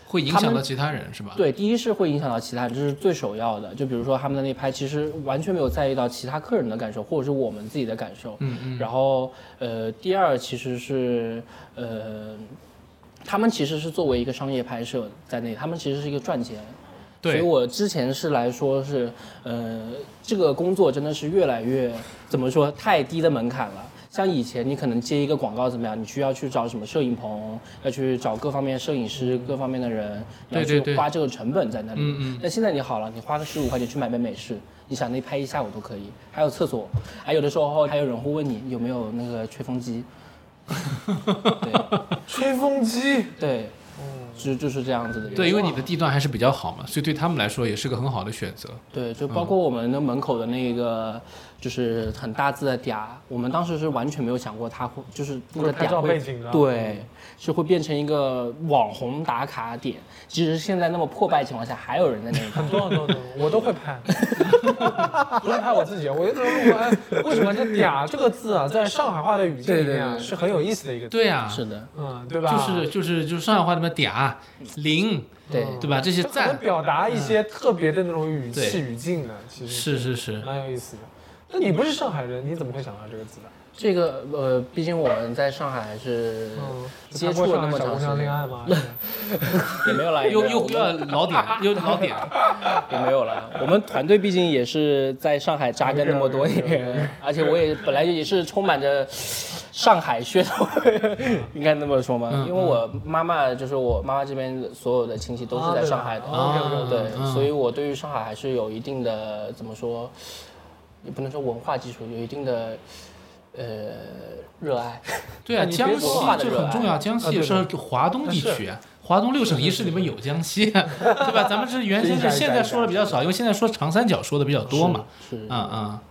会影响到其他人是吧？
对，第一是会影响到其他人，这是最首要的。就比如说他们在那拍，其实完全没有在意到其他客人的感受，或者是我们自己的感受。
嗯嗯。
然后呃，第二其实是呃，他们其实是作为一个商业拍摄在内，他们其实是一个赚钱。所以
对，
我之前是来说是，呃，这个工作真的是越来越怎么说太低的门槛了。像以前你可能接一个广告怎么样，你需要去找什么摄影棚，要去找各方面摄影师、各方面的人，你要
嗯对对
去
对
花这个成本在那里。
嗯嗯
但现在你好了，你花个十五块钱去买杯美式，你想那拍一下午都可以。还有厕所，还有的时候还有人会问你有没有那个吹风 机。对
吹风机，
对，就就是这样子的。
对，因为你的地段还是比较好嘛，所以对他们来说也是个很好的选择。
对，
嗯
就包括我们的门口的那个，就是很大字的嗲，我们当时是完全没有想过它会，就是那
会
个
拍
嗲
照啊
会
背，景的，，
对，是会变成一个网红打卡点。即使现在那么破败情况下，还有人在那里拍。
no no no，我都会拍， 不是拍我自己，我觉得我哎为什么这“嗲”这个字啊，在上海话的语境里面啊
对对对
是很有意思的一个字，
对啊呀、
是的，
嗯，对吧？
就是就是就是上海话里面嗲、零，
对
对吧？这些
就可能
赞嗯
表达一些特别的那种语气
对
语境的，啊其实
是是是，
蛮有意思的。那你不是上海人，你怎么会想到这个字的？啊
这个呃，毕竟我们在上海是
嗯，
接触了那么
小
长
姑
时
娘恋
间，
爱吗？
也没有来，
又又又要老点，又老点，
也没有了。我们团队毕竟也是在上海扎根那么多年，而且我也本来也是充满着上海血统， 应该那么说吗？
嗯
因为我妈妈就是我妈妈这边所有的亲戚都
哦
是在上海的，
啊对啊
对，
嗯
所以我对于上海还是有一定的怎么说，也不能说文化基础，有一定的呃热爱。
对啊，
你别
江西
说话
这
的热
很
爱啊
重要，江西也是华东地区，华东六省一市里面有江西，啊 对吧？咱们是原先
是一家
是
一家
现在说的比较少，因为现在说长三角说的比较多嘛，
是，是
啊啊，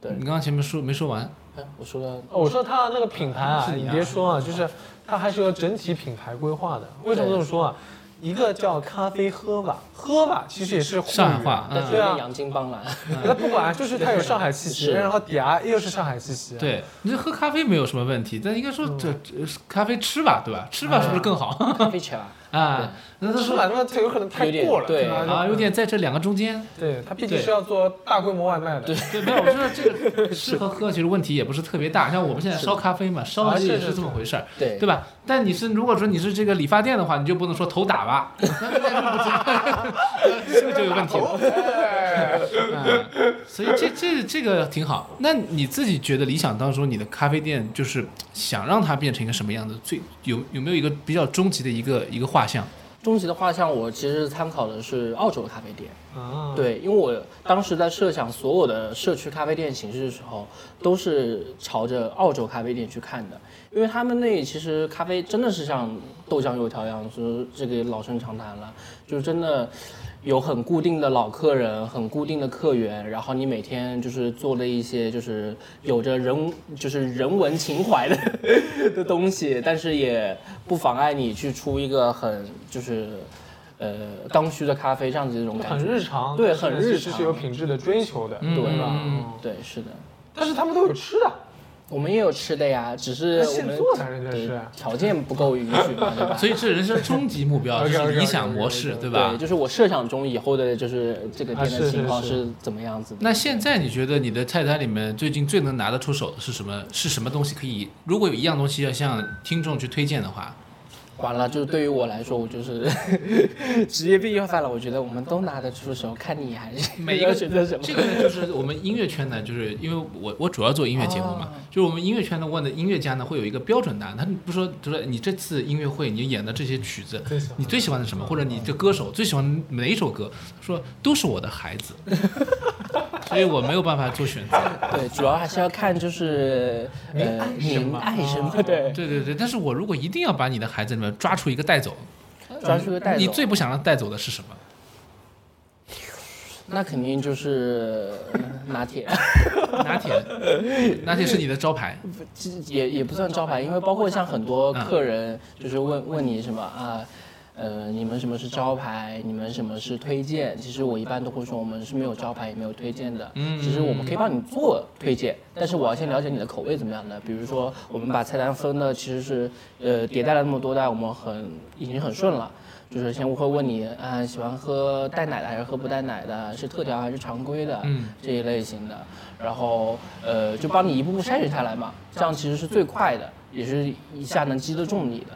对
你刚刚前面说没说完，
哎我说
嗯
了，
哦我说它那个品牌啊，
是你
你
啊
别说啊，就是它还是有整体品牌规划的。为什么这么说啊？一个叫咖啡喝吧，喝吧其实也是沪语
上海话，
但
嗯，
是
对
有
啊
点洋金帮啦。
那不管，就是它有上海气息，
是
然后嗲又是上海气息。，
对，你这喝咖啡没有什么问题，但应该说
嗯
这这咖啡吃吧，对吧？吃吧是不是更好
咖啡茶，
啊？那他
吃
说
完了它有可能太过了，
有点对
吧
啊，有点在这两个中间。
对，它毕竟
对
是要做大规模外卖的。
对，没有，我说这个吃和喝其实问题也不是特别大，像我们现在烧咖啡嘛，烧
啊
其实也
是是
是这么回事儿，
对
对吧？但你是如果说你是这个理发店的话，你就不能说头打吧， 那那就不 这个就有问题
哦
了。
哎
嗯，所以这这这个挺好。那你自己觉得理想当中你的咖啡店就是想让它变成一个什么样的？最有有没有一个比较终极的一个一个画像？
终极的画像，我其实参考的是澳洲的咖啡店。
啊，
对，因为我当时在设想所有的社区咖啡店形式的时候，都是朝着澳洲咖啡店去看的，因为他们那里其实咖啡真的是像豆浆油条一样，就是这个老生常谈了，就是真的有很固定的老客人，很固定的客源，然后你每天就是做了一些就是有着人就是人文情怀 的的东西，但是也不妨碍你去出一个很就是。呃刚需的咖啡这样子一种感
很
觉。
日常，
对
但是
很日
其实
常
是有品质的追求的，
嗯
对吧？
嗯
对，是的，
但是他们都有吃的，
我们也有吃的呀，只是
那
我
现
们
做才啊是真啊
对
是。
条件不够允许嘛，对吧？
所以这人生终极目标就是
OK，OK，OK，OK，OK，OK
理想模式，对吧
对，？就是我设想中以后的，就是这个
啊
店
是
的
是
情况
是
是怎么样子的。
那现在你觉得你的菜单里面最近最能拿得出手的是什么？是什么东西可以？如果有一样东西要向听众去推荐的话，
完了，就是对于我来说，我就是 职业病又犯了。我觉得我们都拿得出手，看你还是
每一个
要 选择什么。
这个呢，就是我们音乐圈呢，就是因为我我主要做音乐节目
啊
嘛，就是我们音乐圈呢问的音乐家呢会有一个标准答案，他不说就说你这次音乐会你演的这些曲子
最喜欢，
你最喜欢的什么，或者你这歌手最喜欢哪一首歌，说都是我的孩子，所以我没有办法做选择。
对，主要还是要看就是呃，您爱什么？
对
对，
对对，但是我如果一定要把你的孩子里面抓出一个带走，
抓出个带
你
走
最不想让带走的是什么？
那肯定就是呃拿铁，
拿铁，拿铁是你的招牌。
其实也也不算招牌，因为包括像很多客人就是问问你什么啊。呃，你们什么是招牌？你们什么是推荐？其实我一般都会说，我们是没有招牌，也没有推荐的。
嗯
其实我们可以帮你做推荐，但是我要先了解你的口味怎么样的。比如说，我们把菜单分的其实是，呃，迭代了那么多代，我们很已经很顺了。就是先会问你啊，喜欢喝带奶的还是喝不带奶的，是特调还是常规的，
嗯，
这一类型的，然后呃，就帮你一步步筛选下来嘛，这样其实是最快的，也是一下能击得中你的。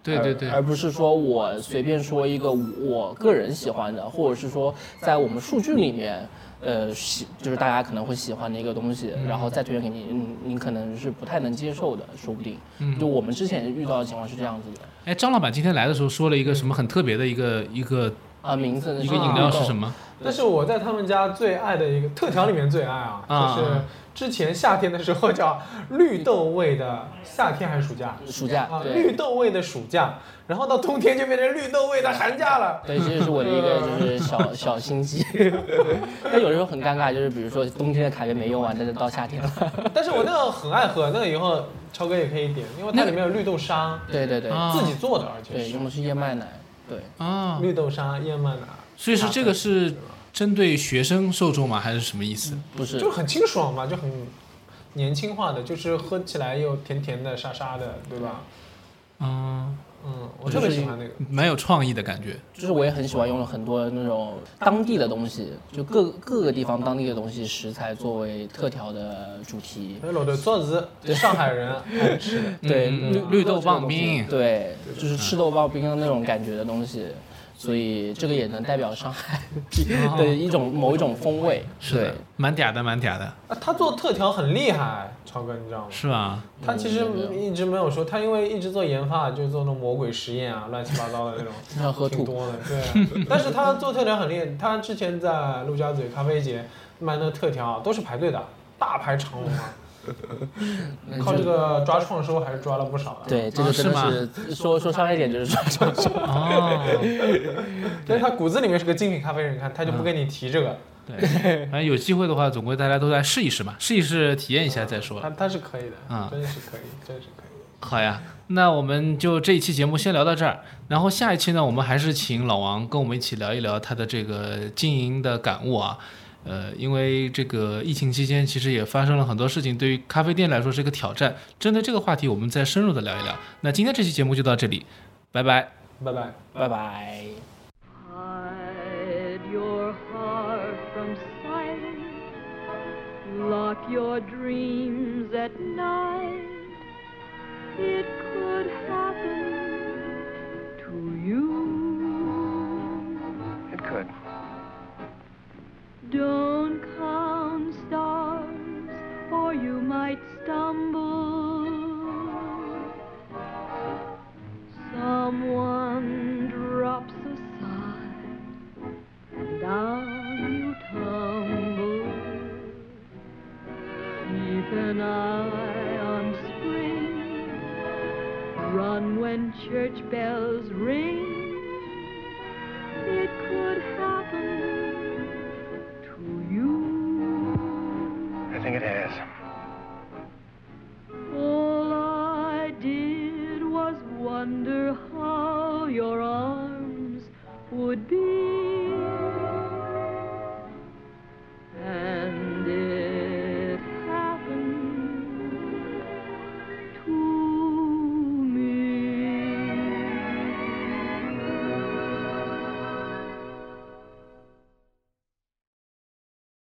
对对对
而，而不是说我随便说一个我个人喜欢的，或者是说在我们数据里面，呃，喜就是大家可能会喜欢的一个东西，然后再推荐给你，嗯，你可能是不太能接受的，说不定。
嗯
就我们之前遇到的情况是这样子的。
哎，张老板今天来的时候说了一个什么很特别的一个一个
啊，名字呢
一个饮料是什
么？
么？
但是我在他们家最爱的一个特调里面最爱啊，
啊
就是之前夏天的时候叫绿豆味的夏天还是暑假
暑假
啊，
对
绿豆味的暑假，然后到冬天就变成绿豆味的寒假了。
对，这是我的 一个就是小小心机， 但有时候很尴尬，就是比如说冬天的卡片没用完，但是到夏天了，
但是我那个很爱喝，那个以后超哥也可以点，因为它里面有绿豆沙，
对对对，
啊
自己做的，而且
对，
是
用的是燕麦奶，对，
啊，
绿豆沙、燕麦奶，
所以是这个是针对学生受众吗？还是什么意思？
不是
就很清爽嘛，就很年轻化的，就是喝起来又甜甜的、沙沙的，对吧？
嗯，
嗯，我特别喜欢那个。
蛮有创意的感觉。
就是我也很喜欢用了很多那种当地的东西，就各各个地方当地的东西食材作为特调的主题。
哎那老的粽子，上海人啊爱吃的。
对，
嗯
绿
绿豆棒冰
对，就是赤豆棒冰的那种感觉的东西，所以这个也能代表上海 的一种某一种风味。
啊是的，蛮嗲的，蛮嗲的，
啊，他做特调很厉害，超哥，你知道吗？
是 吧？
他其实一直没有说，他因为一直做研发，就是做那种魔鬼实验啊，乱七八糟的那种。
经常喝
挺
吐，
多的，对。啊但是他做特调很厉害，他之前在陆家嘴咖啡节卖那特调啊都是排队的，大排长龙啊。
那
靠这
就
个抓创收还是抓了不少的。
对，这个
啊
真
是吗
的是说说商业点就是说说说，
哦，
但是他骨子里面是个精品咖啡人，你看他就不跟你提这个，
对，反正有机会的话，总归大家都来试一试嘛，试一试，体验一下再说
他。他是可以的，
嗯
真是可以，真是可以。
好呀，那我们就这一期节目先聊到这儿，然后下一期呢，我们还是请老王跟我们一起聊一聊他的这个经营的感悟啊。呃，因为这个疫情期间，其实也发生了很多事情，对于咖啡店来说是一个挑战。针对这个话题，我们再深入的聊一聊。那今天这期节目就到这里，拜拜。
拜拜。
拜拜。
Hide your heart from sight. Lock your dreams at night. It could happen